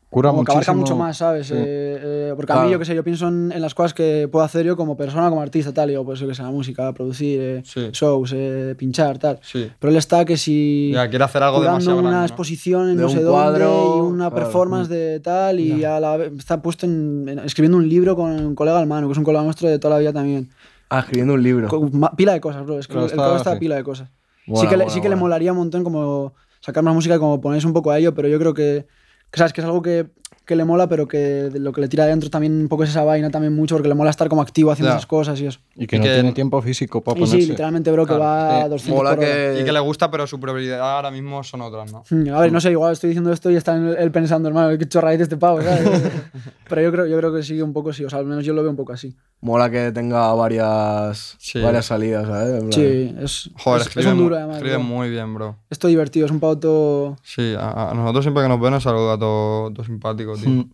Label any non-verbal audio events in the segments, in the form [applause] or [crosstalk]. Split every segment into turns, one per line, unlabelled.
Cura
como que abarca
muchísimo.
mucho más, ¿sabes?
Sí.
Eh, eh, porque a
Claro.
mí, yo qué sé, yo pienso en, en las cosas que puedo hacer yo como persona, como artista, tal. Y yo, pues yo que sé, la música, producir, eh,
Sí.
shows, eh, pinchar, tal.
Sí.
Pero él está que si...
Ya, quiere hacer algo
curando
demasiado
una
grande, ¿no?
exposición en
De
no
un
sé
cuadro,
dónde y una
claro.
performance de tal y a la vez está puesto en, en- escribiendo un libro con un colega hermano que es un colega nuestro de toda la vida también
Ah, escribiendo un libro.
Co- ma- pila de cosas bro es que
Claro,
el- el
está-
colega está
sí.
pila de cosas sí
Mola,
que, le,
mola,
sí que le
mola.
molaría un montón como sacar más música y como ponéis un poco a ello pero yo creo que, que sabes que es algo que, que le mola pero que de lo que le tira adentro también un poco es esa vaina también mucho porque le mola estar como activo haciendo
Ya.
esas cosas y eso
Y que
Y
no
que-
tiene tiempo físico para
y
ponerse.
sí literalmente bro que
Claro,
va
sí.
a 200
Mola
por hora.
que.
Y que le gusta, pero su prioridad ahora mismo son otras, ¿no?
Mm, [laughs] A ver, no sé, igual estoy diciendo esto y está él pensando, hermano, qué chorradete este pavo, ¿sabes?
[laughs]
Pero yo creo, yo creo que sí, un poco sí, o sea, al menos yo lo veo un poco así.
Mola que tenga varias,
Sí.
varias salidas, ¿sabes? En plan-
Sí, es,
Joder,
es, es
escribe,
un
mu-
duro además.
escribe
bro.
muy bien, bro.
Esto divertido, es un pavo todo...
Sí, a, a nosotros siempre que nos ven nos saluda todo, todo simpático,
Mm.
tío.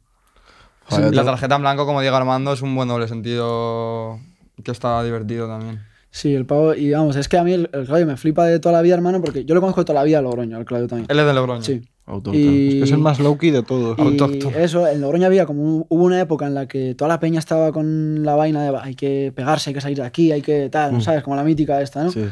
Joder,
Y la tarjeta en blanco, como Diego Armando, es un buen doble sentido que está divertido también.
Sí, el pavo, y vamos, es que a mí el, el Claudio me flipa de toda la vida, hermano, porque yo lo conozco de toda la vida, Logroño, el Claudio también.
Él es de Logroño.
Sí.
autóctono.
Y,
Es que es el más low-key de todos.
y
autóctono.
eso, en Logroño había como un- hubo una época en la que toda la peña estaba con la vaina de "Bah, hay que pegarse, hay que salir de aquí, hay que tal, ¿sabes? Como la mítica esta, ¿no?
Sí.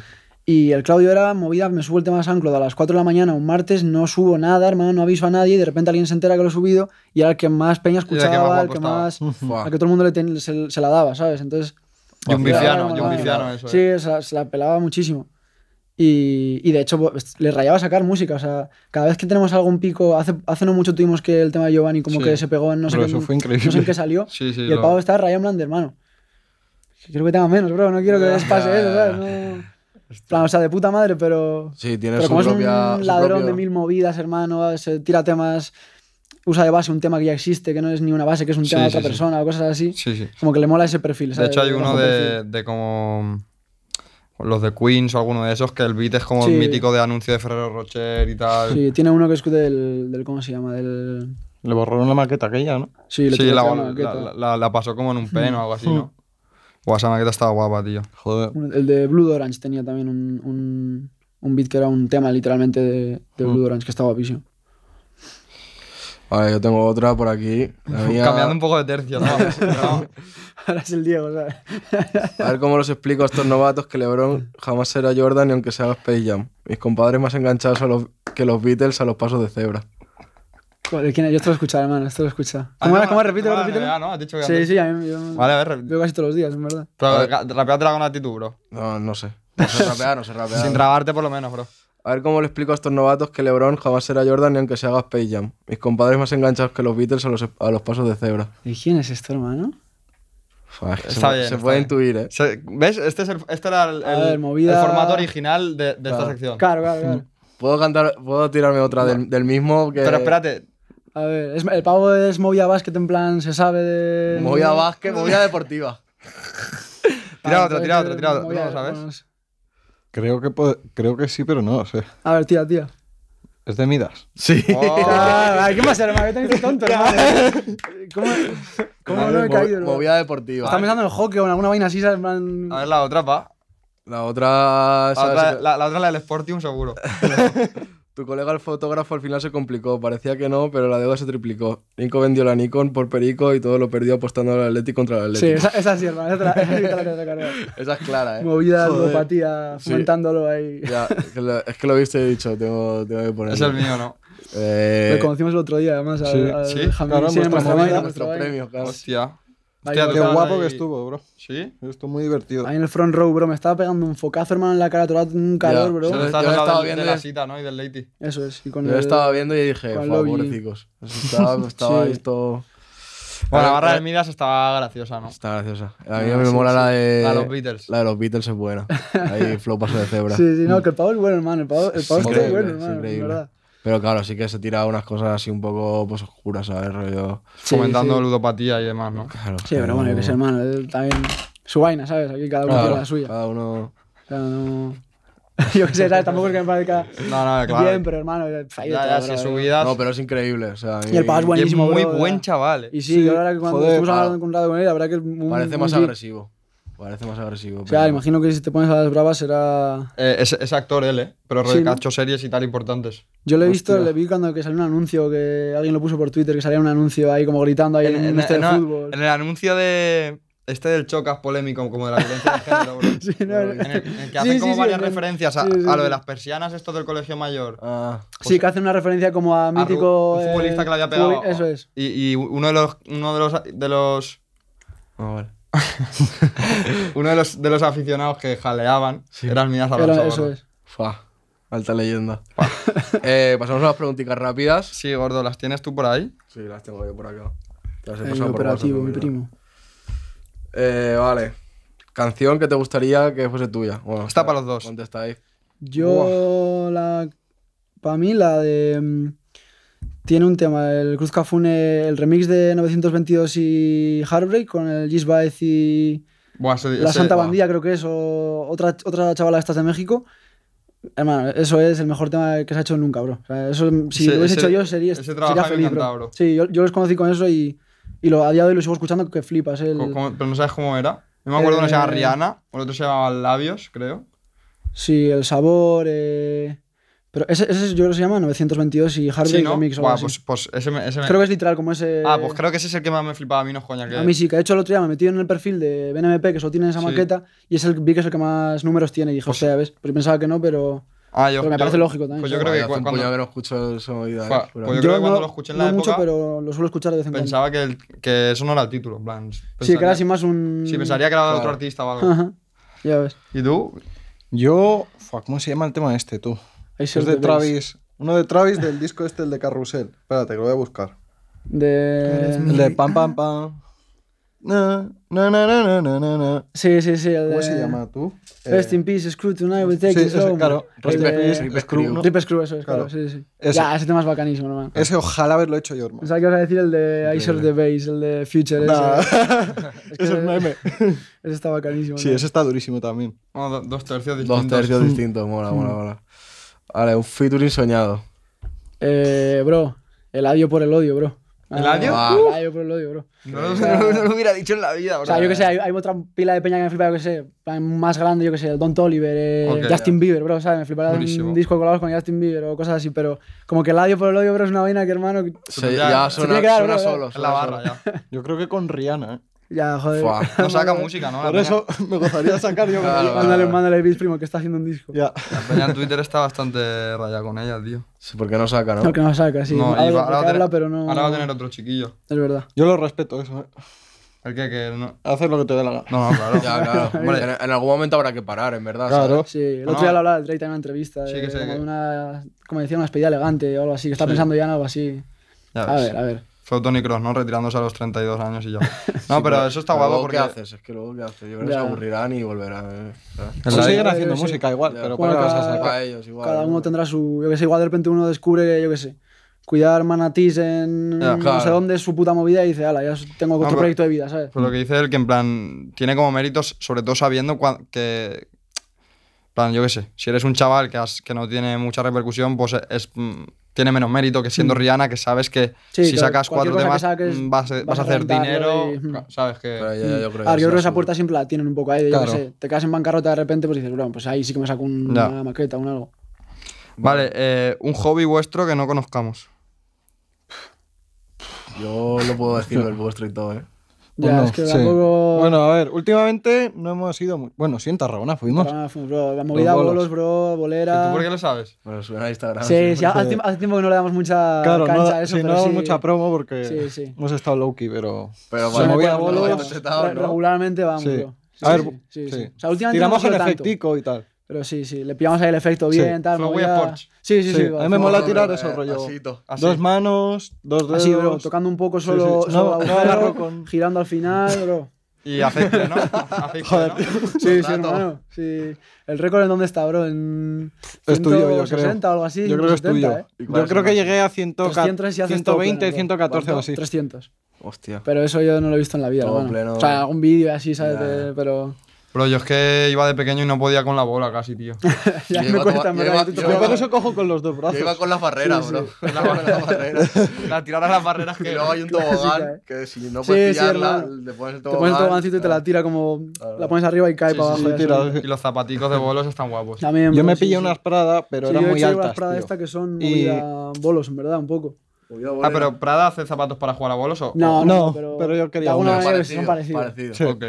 Y el Claudio era movida, me subo el tema de San Clodo a las 4 de la mañana un martes, no subo nada, hermano, no aviso a nadie y de repente alguien se entera que lo he subido y era el que más peña
que más
escuchaba, el
guapo
que
estaba.
más...
Fua.
al que todo el mundo le ten- se, se la daba, ¿sabes? Entonces...
Y un
Vacilaba,
bifiano,
era
y un
una-
bifiano, eso.
Sí,
eh.
se la, se la pelaba muchísimo. Y, y de hecho pues, le rayaba sacar música, o sea, cada vez que tenemos algún pico, hace, hace no mucho tuvimos que el tema de Giovanni como
Sí.
que se pegó en no sé,
Bro,
qué,
eso fue increíble.
no sé en qué salió.
Sí, sí,
y el
lo-
pavo estaba rayado en plan de hermano. Quiero que tenga menos, bro, no quiero
[laughs]
que les pase
Ya,
eso,
ya,
¿sabes?
ya.
No- plan, o sea, de puta madre, pero...
Sí, tiene
Pero
su
como es
propia.
un
su
ladrón
propio-
de mil movidas, hermano, se tira temas, usa de base un tema que ya existe, que no es ni una base, que es un
Sí,
tema de
sí,
otra
sí.
persona o cosas así.
Sí, sí.
Como que le mola ese perfil.
De
¿sabes?
hecho, hay uno
bajo
de,
perfil.
de como. Los de Queens o alguno de esos, que el beat es como
Sí.
el mítico de anuncio de Ferrero Rocher y tal.
Sí, tiene uno que es del, del. ¿Cómo se llama? Del.
Le borraron la maqueta aquella, ¿no?
Sí, le
sí,
tuve
la,
que
la-
dar maqueta.
la- la- la pasó como en un pen o algo así,
[laughs]
¿no? Guau, esa maqueta estaba guapa, tío.
Joder.
Un- El de Blue Orange tenía también un, un, un beat que era un tema literalmente de, de
Mm.
Blue Orange, que estaba guapísimo. [laughs]
Vale, yo tengo otra por aquí.
[laughs]
La mía-
Cambiando un poco de
[laughs]
tercio, ¿no? No.
Ahora es el Diego, ¿sabes?
A ver cómo los explico a estos novatos que LeBron jamás será Jordan ni aunque se haga Space Jam. Mis compadres más enganchados a los, que los Beatles a los pasos de cebra.
Joder, ¿quién es? Yo esto lo he escuchado, hermano, esto lo he escuchado.
Ah,
¿Cómo
no,
era? ¿Cómo
no,
era? Repítelo,
no,
repítelo.
NBA, ¿no? Has dicho que
sí,
antes.
sí, a mí yo
Vale, a ver,
veo casi todos los días, en verdad.
pero rapeátela con actitud, bro.
No, no sé. No sé rapear, no sé rapear.
Sin trabarte por lo menos, bro.
A ver cómo le explico a estos novatos que LeBron jamás será Jordan ni aunque se haga Space Jam. Mis compadres más enganchados que los Beatles a los, a los pasos de cebra.
¿Y quién es esto, hermano?
Fua, es que
Está
se,
bien,
se
está
puede
bien.
intuir, ¿eh?
Se- ¿Ves? Este, es el, este era el,
A
el-
ver,
el
movida-
formato original de, de esta sección.
Claro, claro, claro.
Puedo cantar, puedo tirarme otra del, del mismo que.
Pero espérate,
A ver, es- el pavo es Movia Basket, en plan, se sabe de...
Movida básquet, movida deportiva.
tira
Ah,
otra,
entonces,
tira otra, tira otra. ¿Tú
movida-
no lo sabes?
vamos.
Creo que, puede- creo que sí, pero no, o sea,
A ver, tía, tía.
es de Midas.
Sí.
Oh,
[laughs] Claro, Ah, ay, ¿qué más, hermano? ¿Qué tenéis de [laughs] tonto, hermano? ¿Cómo, cómo Oh, no me he caído, hermano?
Movida deportiva.
Están pensando en el hockey o en alguna vaina así, ¿sabes? En
[laughs]
plan-
a ver la otra, pa.
La otra.
La
¿sabes?
otra, la, la otra la del Sportium, seguro.
Tu colega el fotógrafo al final se complicó. Parecía que no, pero la deuda se triplicó. Nico vendió la Nikon por Perico y todo lo perdió apostando al Atleti contra el
Sí,
Atleti.
esa, esa sí, hermano. Esa te la, [laughs] esa sí te la quiero
[laughs]
sacar, hermano.
Esa es clara, ¿eh?
Movida,
Joder.
ludopatía,
Sí.
fomentándolo ahí.
Ya, que lo- es que lo viste y he dicho, tengo, tengo que ponerlo.
Es el mío,
[laughs]
¿no?
Eh,
Lo conocimos el otro día, además. al-
Sí.
al
Sí,
Jamil.
claro,
Sí, en
nuestra
nuestra
movida,
vaina,
nuestro
nuestra
premio, claro.
Hostia.
Ahí
Hostia,
va.
tú
Qué
estabas
guapo
ahí-
que estuvo, bro.
¿Sí?
Estuvo muy divertido.
vaina. Ahí en el front row, bro. Me estaba pegando un focazo, hermano, en la cara, todo el rato, un calor,
Ya,
bro.
Se
Yo-
lo estaba
yo
hablando
estaba
del-
viendo
de la
el-
cita, ¿no? Y del Lady.
Eso es. Y con
Yo
el-
lo estaba viendo y dije,
con
"Fua,
Logi".
pobrecitos. Estaba,
[laughs]
estaba
Sí.
esto.
Bueno, la
Ahora-
barra del Midas estaba graciosa, ¿no?
Está graciosa. A mí
Ah,
me
sí,
mola
sí.
la de.
La de los Beatles.
La de los Beatles es buena.
[laughs]
Ahí flow paso de cebra.
Sí, sí, no, que el pavo es bueno, hermano. El pavo, el pavo es
Mm. increíble,
bueno,
es
hermano.
increíble.
en verdad.
Pero claro, sí que se tira unas cosas así un poco pues, oscuras, ¿sabes? Rollo.
Sí,
Comentando
sí.
ludopatía y demás,
[laughs]
¿no?
Claro,
Sí, pero bueno, yo qué sé, hermano. él También su vaina, ¿sabes? Aquí cada uno
Claro,
tiene la suya.
Cada uno.
O sea, no... [laughs] Yo qué sé, ¿sabes? Tampoco es que me parezca
[laughs] No, no, claro.
bien, pero hermano. ahí
Ya,
está,
ya,
bro,
si
bro.
su vida.
No, pero es increíble. O sea, a mí
Y el pavo
y
es
es
buenísimo,
muy
bro,
buen
¿verdad?
chaval. eh.
Y sí, yo ahora que cuando
joder,
estuvimos
claro.
hablando un rato con él, la verdad que... un-
Parece
un
más
geek.
agresivo. Parece más agresivo.
O sea, imagino que si te pones a las bravas será...
Eh, es, es actor él, ¿eh? Pero
Sí,
ha
¿no?
hecho series y tal importantes.
Yo lo he visto, le vi cuando que salió un anuncio, que alguien lo puso por Twitter, que salía un anuncio ahí como gritando ahí en, un este de
no,
fútbol.
en el anuncio de. Este del chocas polémico, como de la violencia de género, bro.
[laughs] Sí, no,
en, el, en el que
Sí,
hacen
sí,
como
sí,
varias
en el-
referencias a,
sí, sí,
a lo de
sí.
las persianas, esto del colegio mayor.
Ah,
sí, que hace una referencia como a
A Ru-
mítico...
un futbolista
eh,
que le había pegado.
futbol- Eso es.
Y, y uno de los. Uno de los. De los
ah, vale.
uno de los, de los aficionados que jaleaban era el Minas Alonso.
Era- eso
gordo.
es.
Fua, alta leyenda. eh, pasamos a las preguntitas rápidas.
Sí, gordo, ¿las tienes tú por ahí?
Sí, las tengo yo por acá. Te las he
El
pasado por
operativo, mi
WhatsApp, mira.
primo.
Eh, vale. Canción que te gustaría que fuese tuya. Bueno,
Está
o sea,
para los dos.
Contesta ahí.
Yo la... Para mí la de... mm, Tiene un tema, el Cruz Cafune, el remix de 922 y Heartbreak con el Gis Baez y...
Buah, ese-
La
ese-
Santa
buah.
Bandía creo que es, o otra, otra chavala de estas de México. Hermano, eso es el mejor tema que se ha hecho nunca, bro. O sea, eso, si
Ese-
lo hubiese
ese-
hecho yo, sería,
ese
sería
trabajo a mí me
feliz,
encantaba,
bro.
bro.
Sí, yo, yo los conocí con eso y, y lo, a día de hoy lo sigo escuchando que flipas. El,
Co- como- pero no sabes cómo era. Yo me acuerdo que uno se llama
Eh,
Rihanna, el otro se llamaba Labios, creo.
Sí, el sabor. eh, pero ese, ese yo creo que se llama 922 y Harvey
Sí, ¿no?
Remix. o algo
Buah,
así.
pues, pues ese me- ese me-
creo que es literal como ese.
Ah, pues creo que ese es el que más me flipaba a mí, no es coña. Que...
A mí sí, que de hecho el otro día me metí en el perfil de BNMP, que solo tiene esa
Sí.
maqueta, y es el, vi que es el que más números tiene. Y dije, hostia, ¿ves? Pues pensaba que no, pero.
Ah, yo,
Pero me
yo-
parece lógico también,
Pues yo
sí.
creo que
Vaya, hace
cu-
un
cuando,
puñado que no escucho esa movida. eh,
Fua,
pero-
pues yo- creo que cuando lo escuché en la
no mucho,
época-
pero lo suelo escuchar de vez en cuando.
pensaba que, el- que eso no era el título, en plan.
sí, que
pensaría-
era así más un.
Sí, pensaría que era otro
Claro.
artista o algo.
[laughs] Ajá. Ya ves.
¿Y tú?
Yo. Fua, ¿Cómo se llama el tema este, tú?
Ahí se
Es
lo
de
tenéis.
Travis. Uno de Travis del disco este, el de Carrusel. Espérate, que lo voy a buscar.
De.
El de pam
ah.
pam pam. Na, na, na, na, na, na, na.
Sí, sí, sí. El
¿Cómo
de...
se llama tú?
Rest
Eh,
in peace, Screw tonight, we'll take
sí,
it
ese,
slow.
claro.
El
Rest in peace,
de...
Rip Screw, ¿no?
Rip Screw, eso es, claro.
Claro.
Sí, sí.
Ese.
Ya, ese tema es bacanísimo, hermano.
Ese ojalá haberlo hecho yo, hermano.
Pensaba que ibas a decir el de I Serve the Bass, el de Future.
[laughs]
Nah.
Ese,
Ese
que-
es un meme.
[laughs] ese está bacanísimo.
Sí,
¿no?
ese está durísimo también.
Bueno, Oh, do- dos tercios
Dos
distintos.
tercios distintos, mola, mola, mola. Vale, un featuring soñado.
Eh, bro, el adiós por el odio, bro.
¿Eladio?
Ah,
Uh.
Eladio, pero lo odio, bro.
[laughs] No, lo- no lo hubiera dicho en la vida,
O sea, yo que sé, hay, hay otra pila de peña que me flipa, yo que sé, en plan más grande, yo que sé, Don Toliver, eh,
Ok,
Justin Bieber, bro, ¿sabes? Me flipará
Buenísimo.
un disco colaborado con Justin Bieber o cosas así, pero como que el odio por el odio, bro, es una vaina que, hermano, que-
Se-
Ya,
ya
se
suena,
tiene que dar,
suena
bro,
solo.
En la
suena
barra ya.
Yo creo que con Rihanna, ¿eh?
ya, joder.
solo.
[laughs]
Fua.
No saca música,
Ah,
¿no? La
Por eso [laughs] me gustaría
[laughs]
sacar yo.
Claro,
con-
Mándale, mándale el beat, primo, que está haciendo un disco.
Ya.
peña- La peña en Twitter está bastante rayada con ella, tío.
Sí, ¿Por qué no saca, no?
No, que no saca, sí.
No, y va- ahora, va
habla,
a
porque
tener-
habla, pero no.
ahora va a tener otro chiquillo.
Es verdad.
Yo lo respeto eso, ¿eh?
El que, que no.
Haces lo que te dé la gana.
No, no, claro.
[laughs] Ya,
[laughs]
claro. Hombre, en, en algún momento habrá que parar, en verdad. ¿sabes?
Claro.
¿eh? Sí, el
No,
otro día
no.
lo hablaba el Drake en una entrevista.
Sí,
de
que sé
como
que-
una, como decía, una despedida elegante o algo así, que está
Sí.
pensando ya en algo así.
Ya
A
ves.
ver, a ver.
Fue Tony Cross, ¿no? Retirándose a los 32 años
[laughs]
y ya. No, pero eso está
Pero
guapo
luego,
porque.
¿Qué haces? Es que luego, ¿qué haces? Yo creo que
Ya.
se aburrirán y volverán. ¿eh? ¿Sabes?
El
Sí,
Eladio-
siguen haciendo
sí.
música igual,
Ya.
pero
Bueno,
¿para qué vas a
cada-
sacar?
Para ellos, igual.
Cada
¿no?
uno tendrá su. Yo que sé, igual de repente uno descubre, yo que sé, cuidar manatís en
Ya,
no sé
claro.
dónde es su puta movida y dice, ala, ya tengo otro
pero-
proyecto de vida, ¿sabes?
Pues lo que dice él, que en plan, tiene como méritos, sobre todo sabiendo cua- que. En plan, yo qué sé, si eres un chaval que, has- que no tiene mucha repercusión, pues es, mm, tiene menos mérito que siendo Rihanna, que sabes que
Mm. Sí,
si
que
sacas
cualquier
cuatro
cosa
temas
que saques,
mm, vas, a-
vas
vas a
a
hacer
rentarlo
dinero,
y- mm.
ca- ¿sabes? Que,
Pero ya, yo creo que
Ah, yo
será
creo que esa
su-
puerta siempre la tienen un poco ahí, de, yo
Claro.
que sé, te quedas en bancarrota de repente, pues dices, bueno, pues ahí sí que me saco un-
Ya.
una maqueta, un algo.
Vale, eh, un hobby vuestro que no conozcamos.
Yo lo puedo decir, el vuestro y todo, ¿eh?
Ya,
Bueno,
es que
Pues sí.
tampoco...
Bueno, a ver, últimamente no hemos ido. mu- Bueno, sí, en Tarragona fuimos.
Ah, fue, bro, la movida
Los bolos.
bolos. bro, bolera...
¿Tú por qué lo sabes?
Bueno, suena a Instagram. [laughs]
Sí, sí,
siempre.
hace, tiempo- hace tiempo que no le damos mucha
Claro,
cancha
no,
a eso,
sí, no
pero
damos
sí.
mucha promo porque
Sí, sí.
hemos estado low-key, pero.
Pero
se
Bueno,
movía
pues,
bolos.
vamos,
setado,
re-
¿no?
Regularmente vamos,
Sí.
bro. Sí,
A ver,
sí, sí,
sí.
sí. O sea, últimamente
Tiramos
no hemos
el
ido tanto,
efectico y tal.
Pero sí, sí, le pillamos ahí el efecto
Sí.
bien, tal,
Fue muy
movida.
Sports.
Sí, sí,
Sí,
sí.
a mí me mola
bastante.
tirar
Eh,
eso, rollo.
pasito.
Ah,
Así.
Dos manos, dos dedos.
Así, bro, tocando un poco
Sí,
solo,
sí.
solo
No, no
agujero,
agarro con-
girando al final, bro.
Y aceite, ¿no?
[laughs]
Aceite,
[laughs] Joder,
¿no?
Sí, sí,
rato.
hermano. Sí. ¿El récord en dónde está, bro? En
Es tuyo, yo
160
creo.
o algo así.
Yo creo que es
170,
tuyo.
¿eh?
¿Y cuál
Yo
es
creo
el
que
máximo?
llegué a 100 ca-
300 si haces todo
120,
pleno, bro.
114 o
¿Cuánto?
así.
300.
Hostia.
Pero eso yo no lo he visto en la vida,
Todo
hermano.
pleno,
o sea,
bro.
algún vídeo así, ¿sabes?
Ya,
De-
ya.
Pero... [laughs]
Pero yo es que iba de pequeño y no podía con la bola casi, tío.
ya
Yo iba
me
a tomar-
cuesta, este en
yo
¿verdad?
iba-
que tú
yo
te-
Yo
iba-
por eso cojo con los dos
Yo
brazos.
iba con las barreras,
Sí, sí.
bro. Iba con las
[laughs]
barreras.
La tirar a las barreras
Y
que.
luego hay un
Clásica,
tobogán
eh.
que si no
Sí,
puedes
sí,
pillarla,
hermano.
le pones el Ah,
Te pones el
tobogán.
tobogancito y te la tira como... La pones arriba y cae para abajo.
sí,
ya
tira,
sabes.
sí.
Y los zapaticos de bolos están guapos.
También,
Yo
bro,
me
sí,
pillé
sí.
unas Prada, pero
Sí,
eran
yo he
muy
hecho unas
altas.
Prada
tío.
esta que son
Y-
movida bolos, en verdad, un poco.
Ah, pero Prada hace zapatos para jugar a bolos o.
No,
No,
no, pero,
pero yo quería
de alguna
unas.
manera son parecidos.
parecido.
Sí.
Ok.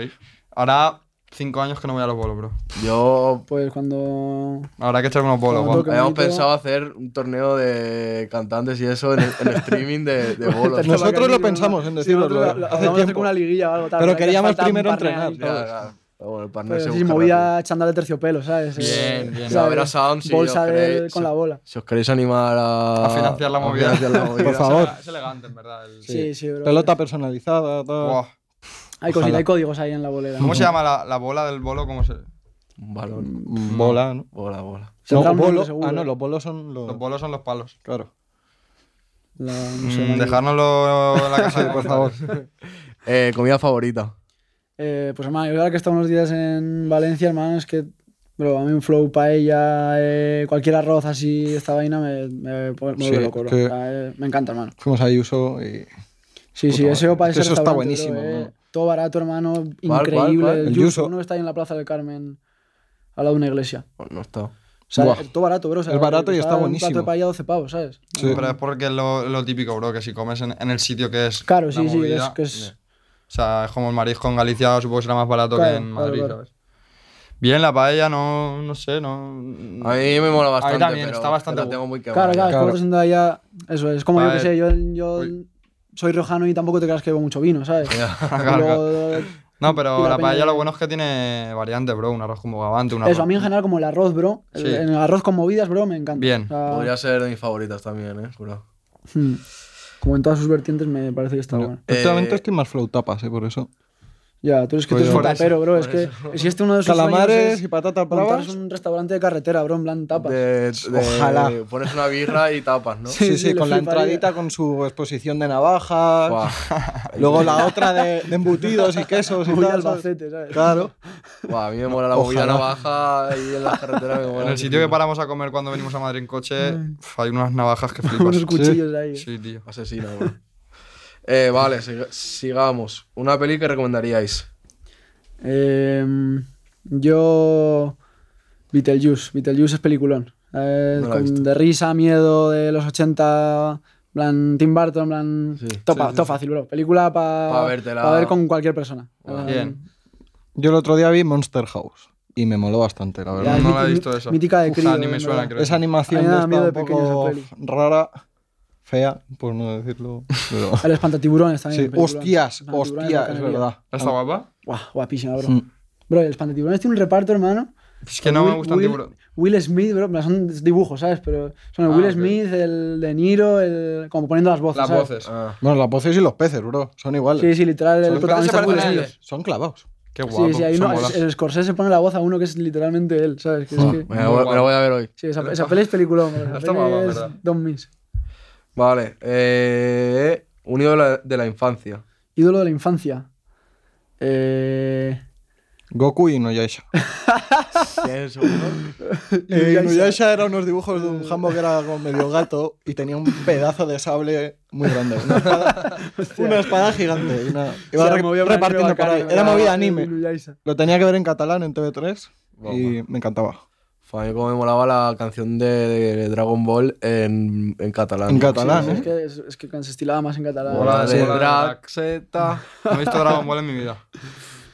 Ahora cinco años que no voy a los bolos, bro.
Yo
Pues cuando...
Habrá que echar unos bolos,
Cuando
guau.
toque.
habíamos
bonito.
pensado hacer un torneo de cantantes y eso en, en streaming de,
[laughs]
de bolos.
Nosotros lo pensamos en
decirlo.
decirlo, lo- hace tiempo.
una liguilla o algo tal.
Pero
que
queríamos
falta un
primero
partner
entrenar.
ahí.
Ya, ya. Pero bueno, el partner
Pero
se
sí,
busca rápido.
movía chándal de terciopelo, ¿sabes? Eh,
Bien, bien.
¿sabes?
A ver a Sound si
Bolsa
os
de-
queréis-
con la bola.
Si os queréis animar a...
A financiar la
a
movida.
financiar la movida.
Por favor.
Es elegante, en verdad. el-
Sí, sí, bro.
Pelota personalizada, tal.
Guau.
Hay, cositas,
Ojalá.
hay códigos ahí en la bolera.
¿Cómo se llama la, la bola del bolo? ¿Cómo se...
Un balón.
Bola, ¿no?
Bola, bola.
No,
Tendrá un nombre
bolo-
seguro.
Ah, no, los bolos son los.
Los bolos son los palos.
Claro.
La, no sé,
Mm,
la-
dejárnoslo en la casa,
por favor.
Eh, comida favorita.
Eh, pues hermano, yo ahora que he estado unos días en Valencia, hermano, es que, bro, a mí un flow paella, eh, cualquier arroz así, esta vaina me, me, me vuelve
Sí,
loco, bro.
que-
O sea, eh, me encanta, hermano.
Fuimos a Ayuso y.
Sí,
Puta
sí,
madre.
ese Opa
Es
es
que
el
eso
restaurante,
está
bro,
buenísimo,
eh.
¿no?
Todo barato, hermano,
cuál,
increíble.
cuál?
El,
El Yuso.
Yuso, uno que está ahí en la Plaza del Carmen, al lado de una iglesia.
Bueno, Pues no está.
O sea,
Buah.
todo barato, bro. o sea,
Es barato y está
Un
buenísimo.
plato de paella 12 pavos, ¿sabes?
Sí.
Pero es porque es lo, lo típico, bro, que si comes en, en el sitio que es.
Claro,
la
sí, sí,
movida,
es que es...
O sea, es como el marisco en Galicia, supongo que será más barato
Claro,
que en
claro,
Madrid,
claro.
¿sabes? Bien, la paella, no, no sé, no.
A mí me mola bastante,
también,
pero
está bastante
la tengo muy quemada.
Claro, claro, es
Claro.
como te sientas allá... Eso es, como
Pa'
yo que
el-
sé, yo, yo
Uy.
soy rojano y tampoco te creas que bebo mucho vino,
[laughs]
¿sabes? Y
Claro,
luego-
No,
Y
pero
la
la
peña-
paella lo bueno es que tiene variantes, bro. Un arroz con bogavante, un arroz.
Eso, a mí en general como el arroz, bro. el-
Sí.
el arroz con movidas, bro, me encanta.
Bien.
O sea,
Podría ser de mis favoritas también, eh, juro.
hmm, Como en todas sus vertientes me parece que está bueno.
Últimamente
Eh,
estoy más flow tapas, ¿eh? Por eso.
Ya, tú eres que tú
Pues
eres un
por eso,
tapero, bro. Es que existe uno de esos
Calamares
sueños,
y
es
patatas
montar
bravas.
un restaurante de carretera, bro, en plan tapas.
De, de-
Ojalá.
Pones una birra y tapas, ¿no?
Sí,
Sí,
sí,
sí,
con
lo
la
fliparía.
entradita, con su exposición de navajas.
Buah.
Luego la otra de, de embutidos y quesos y
Muy
tal. ¿sabes?
Albacete, ¿sabes? [laughs]
Claro.
Buah, a mí me mola la
Ojalá.
movida navaja y en la carretera me mola.
En el sitio que paramos a comer cuando venimos
Mm. [laughs]
a Madrid en coche, pf, hay unas navajas que flipas.
Unos cuchillos ahí.
Sí, tío.
Asesino, bro. Eh, vale, sig- sigamos. Una peli que recomendaríais.
Em, yo. Beetlejuice. Beetlejuice es peliculón. Eh,
No la he
con,
visto.
de risa, miedo de los 80. en Plan Tim Burton, en plan.
Sí.
todo
Sí,
pa-
sí,
todo
sí.
fácil, bro. Película para
Pa vértela.
ver con cualquier persona.
Guau.
Eh,
Bien.
Yo el otro día vi Monster House y me moló bastante, la
Ya,
verdad.
es
no la he
miti-
visto esa.
mítica de
Uf,
crío,
ni me
en
suena,
verdad.
creo.
Esa
A
animación
mí me
de
da
esta
miedo de
un
pequeño esa
poco
peli.
rara, fea, por no decirlo.
[laughs]
pero-
El espantatiburones
Sí,
también. peliculón.
Hostias,
Espantatiburones,
hostias, es
Bacanería.
verdad.
Ah.
¿Está guapa?
Guau, guapísima, bro.
Mm.
Bro, el espantatiburones tiene un reparto, hermano.
Es que no
Will-
me gustan
Will-
tiburones.
Will Smith, bro, en plan, son dibujos, ¿sabes? Pero son el
Ah,
Will
ok.
Smith, el De Niro, el... como poniendo las voces.
Las
¿sabes?
voces.
Ah,
Bueno, las voces y los peces, bro, son iguales.
Sí, sí, literal, el
Son-
protagonista es
parecen
Will
a
Smith.
ellos.
Son clavados.
Qué guapo.
Sí, sí, hay
son
uno-
bolas.
el Scorsese pone la voz a uno que es literalmente él, ¿sabes? Que
Ah.
es que-
me, la voy, me la voy a ver hoy.
sí, esa, esa peli
[laughs]
es película.
Está guapa, ¿verdad?
Don Miss.
Vale. Eh, un ídolo de la, de la infancia.
Ídolo de la infancia. Eh...
Goku y Inuyasha.
[laughs]
Eh, Inuyasha era unos dibujos de un jambo que era como medio gato y tenía un pedazo de sable muy grande. Una espada, una espada gigante. y una- iba
se la
re-
movía por anime
repartiendo por ahí.
bacano,
Era movida anime.
Inuyasha.
Lo tenía que ver en catalán en TV3 y
Bomba.
me encantaba.
Fue a mí como me molaba la canción de, de Dragon Ball en, en catalán.
En catalán,
Sí,
¿eh?
Es que, es, es que se estilaba más en catalán.
Bola
Sí.
de Draxeta.
No he visto Dragon Ball en mi vida.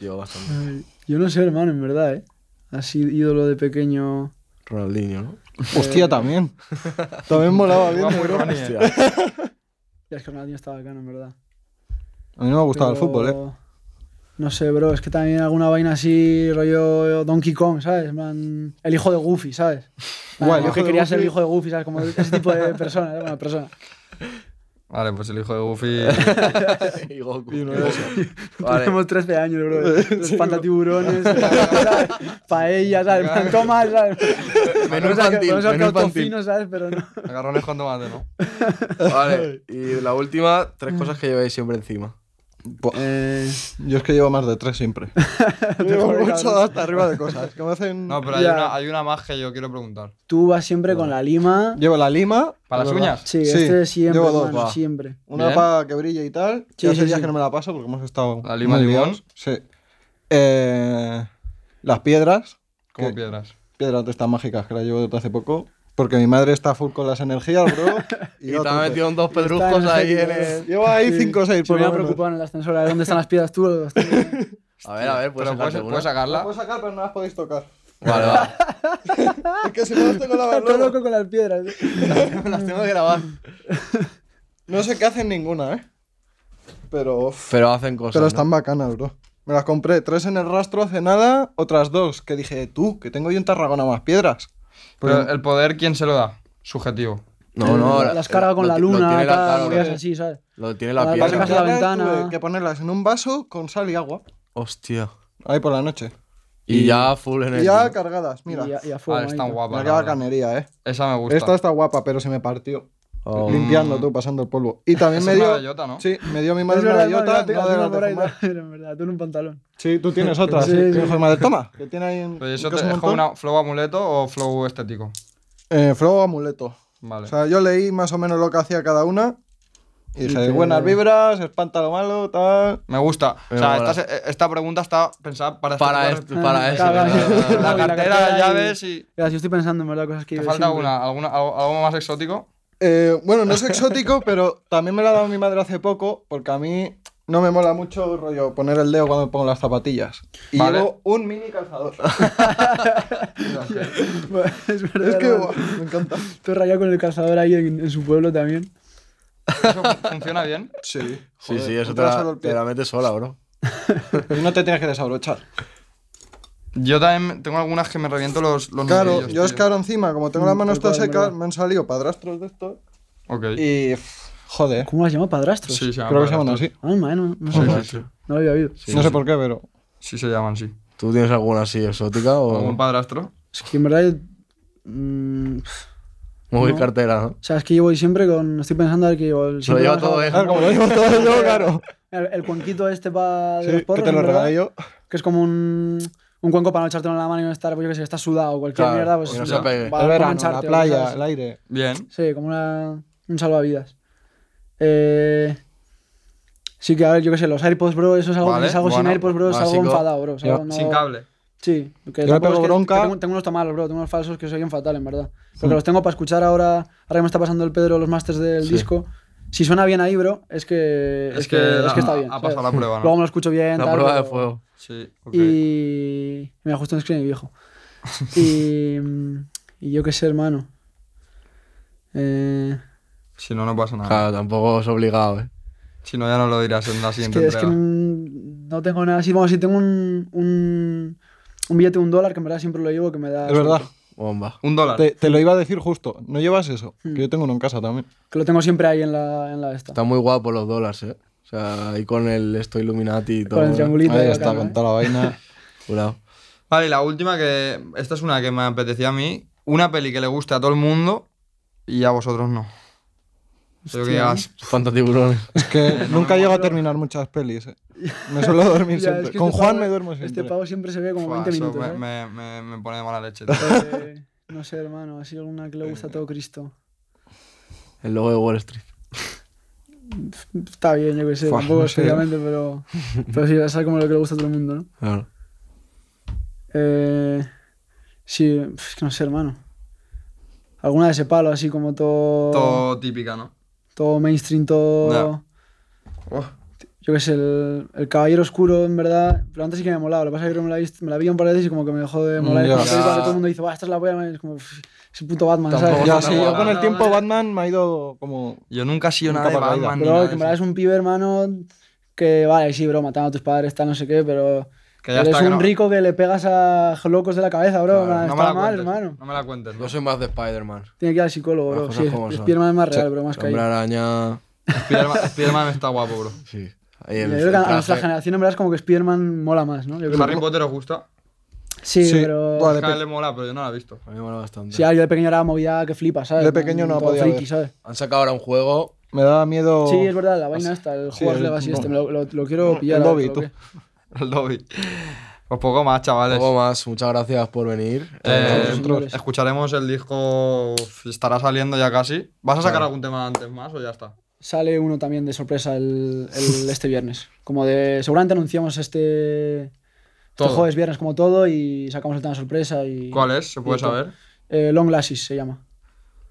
Yo bastante.
Ay, Yo no sé, hermano, en verdad, ¿eh? Así ídolo de pequeño.
Ronaldinho, ¿no?
Eh, [laughs]
Hostia, también. También molaba bien.
Iba muy
bro.
Ronnie, eh.
[laughs]
Ya es que Ronaldinho estaba bacano, en verdad.
A mí no me gustaba el
Pero-
fútbol, ¿eh?
No sé, bro, es que también alguna vaina así, rollo Donkey Kong, ¿sabes? En plan, el hijo de Goofy, ¿sabes?
Guau, el
yo
hijo
que
de
quería ser el
Goofy.
hijo de Goofy, ¿sabes? Como ese tipo de
[laughs]
persona, ¿eh? Buena persona.
Vale, pues el hijo de Goofy.
y Goku.
Y Inuyasha.
Vale.
[laughs] Tenemos 13 años, bro.
[laughs]
Los pantatiburones, ¿sabes? paellas, ¿sabes? En plan, Toma, ¿sabes?
Menú
Vamos a-
infantil,
Vamos a
menú
sacar todo
infantil.
fino, ¿sabes? Pero
[laughs]
no.
Agarrones con tomate, ¿no?
Vale. Y la última, tres cosas que lleváis siempre encima.
Buah,
Eh,
Yo es que llevo más de tres
[laughs]
siempre. llevo
Mejor,
mucho
cabrón.
hasta arriba de cosas. Que me hacen...
No, pero hay,
Ya.
una, hay una más que yo quiero preguntar.
Tú vas siempre con la lima.
Llevo la lima.
¿Para las
la verdad.
uñas?
Sí,
Sí,
este siempre,
llevo dos,
hermano,
va.
siempre.
Una
Bien.
para que brille y tal.
Sí,
Sí, hace
sí,
días
sí.
que no me la paso porque hemos estado.
La lima
muy
limón.
liados. Sí. Eh, las piedras.
Como
¿Qué?
piedras.
Piedras de estas mágicas que la llevo desde hace poco. Porque mi madre está full con las energías,
[laughs]
bro.
Y,
yo
te
a
han
tope.
metido en dos pedruscos
Está
ahí
en
en
el-
el...
Llevo ahí 5 o 6
Se
por
me había
lo menos.
preocupado en el ascensor, a ver dónde están las piedras tú. Las tengo.
A ver, a ver, puedes
Pero puedes,
sacarte una.
puedes
La
sacarla.
puedo sacar, pero no las podéis tocar.
Vale, vale.
[laughs] Es que si no
[laughs]
las ¿eh? tengo la
Todo loco con las piedras.
Las tengo que grabar.
No sé qué hacen ninguna, ¿eh? Pero. uf,
Pero hacen cosas,
Pero
¿no?
están bacanas, bro. Me las compré, tres en el rastro hace nada, otras dos que dije, tú, que tengo yo en Tarragona más piedras.
Pero el poder, ¿quién se lo da? Subjetivo.
No, no. la-
las carga con
lo
la
ti- lo
luna,
tiene la
tal,
cara,
movidas
bro.
así, ¿sabes?
Lo tiene la
Para
Para
sacarse
piedra.
la
sacarlas
ventana.
tuve que ponerlas en un vaso con sal y agua,
Hostia.
ahí por la noche.
Y ya full
Y
energía.
ya cargadas, mira.
Y a, y a fuego.
Ah, está
ahí, tal.
guapa.
Mira
la
qué
verdad.
bacanería, eh.
Esa me gusta.
Esta está guapa, pero se me partió.
Oh.
Limpiando tú, pasando el polvo. Y también
Esa
me
es
dio.
una bellota, ¿no?
Sí, me dio mi
Es
madre una
verdad, hermano,
bellota.
la tengo-
no
la
de
tengo
las de
por ahí,
fumar.
tal, [laughs] en verdad, tú en un pantalón.
Sí,
[laughs]
tú tienes otra.
Sí,
sí,
sí,
Tienes
sí.
forma de toma. Que tiene ahí en-
Pero
que
eso
es
Pues te
un
es como
montón.
una flow amuleto o flow estético.
Eh, Frodo amuleto.
Vale.
O sea, yo leí más o menos lo que hacía cada una. Y dije,
te-
buenas vibras, espanta lo malo, tal.
me gusta.
Me
o sea,
mola.
esta, se- esta pregunta está pensada para...
Para
este
esto, para eso.
Claro,
¿verdad?
claro.
[laughs]
tipo de- La
Y
cartera,
la cartera
las
y-
llaves y...
Ya, yo estoy pensando en verdad cosas que.
¿Te
yo
falta
siempre-
alguna? ¿Alguna algo, algo más exótico?
Eh, bueno, [laughs] no es exótico, pero también me la ha dado mi madre hace poco, porque a mí no me mola mucho rollo poner el dedo cuando me pongo las zapatillas. Y
Vale.
llevo un mini calzador.
[laughs] es verdad.
es que
hermano.
guau, [laughs] me encanta.
Estoy rayado con el calzador ahí en, en su pueblo también.
¿Eso fun- [laughs] funciona bien?
Sí.
Sí, sí,
Joder,
eso te
entra solo
la,
el pie.
te la metes sola, bro.
Y no te tienes que desabrochar.
Yo también tengo algunas que me reviento los, los
[laughs] Claro,
nudillos,
yo es
tío.
que ahora encima, como tengo las
Mm,
manos
tal cual,
todas
en
secas,
verdad.
me han salido padrastros de esto.
Ok.
Y. pff, Joder.
¿Cómo las llama? ¿Padrastros?
Sí, se llaman
Creo que se
padrastros.
llaman así.
Ah, no, no, no, sé.
Sí, sí, sí.
no lo había oído.
no sé por qué, pero.
Sí se llaman, sí.
¿Tú tienes alguna así exótica o
¿Algún padrastro?
Es que en verdad. yo- mm,
muy
no.
cartera? ¿no?
o sea, es que yo voy siempre con. Estoy pensando a ver que llevo.
Se lo
siempre
lleva
con las-
todo ¿eh? él.
Claro, como lo digo todo yo, claro.
El, el cuenquito este para de
Sí,
los
que
porros,
te lo
en verdad,
regalé yo.
que es como un, un cuenco para no echártelo en la mano y no estar, pues yo que sé, está sudado o cualquier
Claro,
mierda, pues
que no
se
pegue.
va
El
a
verano, la
mancharte,
playa,
¿sabes?
el aire.
Bien.
Sí, como una, un salvavidas. Eh, Sí, que a ver, yo qué sé, los AirPods, bro, eso es algo,
Vale,
es algo sin
bueno,
AirPods, bro, es algo
básico.
enfadado, bro. es
Yo-
algo no-
Sin cable.
Sí, que
Yo le
tampoco
pego
es que-
bronca.
que tengo, tengo unos tamales, bro, tengo unos falsos que soy bien fatal, en verdad.
Hmm.
Porque los tengo para escuchar ahora, ahora que me está pasando el Pedro los masters del
Sí.
disco. Si suena bien ahí, bro, es que, es que, es que
la-
está bien.
Ha
¿sabes?
pasado la prueba,
Luego me
¿no?
lo escucho bien.
La
tal,
prueba de
pero-
fuego.
Sí, ok.
Y me ajustó un screen mi
[laughs]
viejo. Y, mm, y yo qué sé, hermano. Eh,
Si no, no pasa nada.
Claro, tampoco es obligado, ¿eh?
Si no, ya no lo dirás en la
es
siguiente
que, es que
entrega.
no tengo nada así. Vamos, sí tengo un, un, un billete de un dólar que en verdad siempre lo llevo, que me da...
Es verdad.
Bomba.
Un dólar.
Te, te lo iba a decir justo. No llevas eso.
Hmm.
Que yo tengo uno en casa también.
Que lo tengo siempre ahí en la, en la esta.
Están muy guapos los dólares, ¿eh? O sea, ahí con el esto Illuminati y todo.
Con el
¿eh?
triangulito.
Ahí
de
está,
bacano,
con
¿eh?
toda
[laughs]
la vaina.
Jurado.
Vale, y la última que. Esta es una que me apetecía a mí. Una peli que le guste a todo el mundo y a vosotros no. Creo que
Hostia.
digas,
[laughs]
Fantatiburones.
Es que nunca llego a terminar muchas pelis. eh. Me suelo dormir
Ya, es
siempre.
que
Con
este
Juan
pavo-
me duermo siempre.
Este pavo siempre se ve como
"Fua,
20
eso
minutos.
me,
¿eh?
me- me- me pone de mala leche.
[laughs] Eh, no sé, hermano, así alguna que le gusta a todo Cristo.
El logo de Wall Street.
Está bien, yo qué sé,
Fua,
tampoco
no sé.
especialmente,
[laughs]
pero, pero sí, es como lo que le gusta a todo el mundo, ¿no?
Claro.
Eh, sí, pf, es que no sé, hermano. Alguna de ese palo, así como todo. Todo,
Todo típica, ¿no?
mainstream, todo.
Ya. Uf,
Yo qué sé, el, el Caballero Oscuro, en verdad. Pero antes sí que me molaba. Lo que pasa es que me la, he visto- me la vi un par de veces y como que me dejó de molar.
Ya.
Y cuando la
Ya.
vi, cuando todo el mundo dice, va, esta es la buena. Es como, pf, es un puto Batman,
Tampoco
¿sabes?
Ya,
Vamos a
sí, yo
enamorar.
con el tiempo
Vale.
Batman me ha ido como.
yo nunca he sido
Nunca
nada de
para la vida.
Batman. ni
Pero
nada
que
de
en verdad es
eso.
un pibe, hermano. Que vale, sí, bro, matando a tus padres, está no sé qué, pero.
Que ya
eres
está, que
un
no-
rico que le pegas a locos de la cabeza,
Claro,
bro. man,
no me
está
la
mal,
cuentes,
hermano.
No me la cuentes.
Yo
¿no?
soy más de Spider-Man.
Tiene que ir al psicólogo,
Las
bro.
cosas
Sí,
como son.
Spider-Man es más real, bro, más
El
que ahí.
Hombre araña.
Spiderman, Spiderman está guapo, bro.
[laughs]
Sí. Ahí
Mira,
el,
yo creo que
el
a nuestra
traje.
generación, en verdad, es como que Spider-Man mola más, ¿no? Yo creo.
Harry Potter os gusta.
Sí,
Sí,
pero.
vale.
Es que a él le mola, pero yo no la he visto. [laughs]
A mí me mola bastante.
Sí, ah, yo de pequeño era movida que flipa, ¿sabes?
De pequeño no
Todo
podía
friki,
ver.
¿sabes?
Han sacado ahora un juego.
Me da miedo.
Sí, es verdad, la vaina esta, el
Sí,
Hogwarts
el-
Legacy este,
no.
me lo, lo- lo quiero pillar.
el
ahora,
Dobby,
creo
tú.
que.
El Dobby. Pues poco más, chavales.
Poco más. Muchas gracias por venir.
Eh,
Nosotros, señores.
escucharemos el disco. uf, estará saliendo ya casi. ¿Vas a sacar algún tema antes más o ya está?
Sale uno también de sorpresa el,
[laughs]
el- este viernes. Como de. Seguramente anunciamos este. Este
Todo.
jueves, viernes, como todo, y sacamos el tema sorpresa. Y,
¿Cuál es? ¿Se puede
y todo.
saber?
Eh, Long Lasses se llama.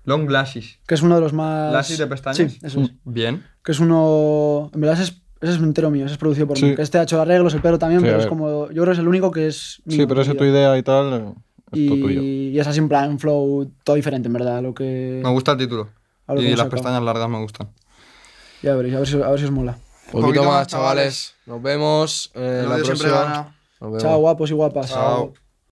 Long Lashes.
Que es uno de los más.
¿Lashes de pestañas? Mm.
Sí, eso es.
Bien.
que es uno. En verdad, ese es, ese es entero mío, ese es producido por
Sí.
mí. Que este ha hecho arreglos, el Pedro también,
Sí, a
pero es
ver.
como. Yo creo que es el único que es.
Sí,
mío,
pero esa
mío.
tu idea y tal. eh, Es todo tuyo.
Y, y es así en plan, un flow todo diferente, en verdad. Lo que.
Me gusta el título.
a lo que
y
hemos
las
sacado.
pestañas largas me gustan.
Ya veréis, a ver si, a ver si os mola.
Poquito, más, chavales. Nos vemos eh,
El
la
odio siempre
próxima.
gana.
Nos vemos.
Chao, guapos y guapas.
Chao.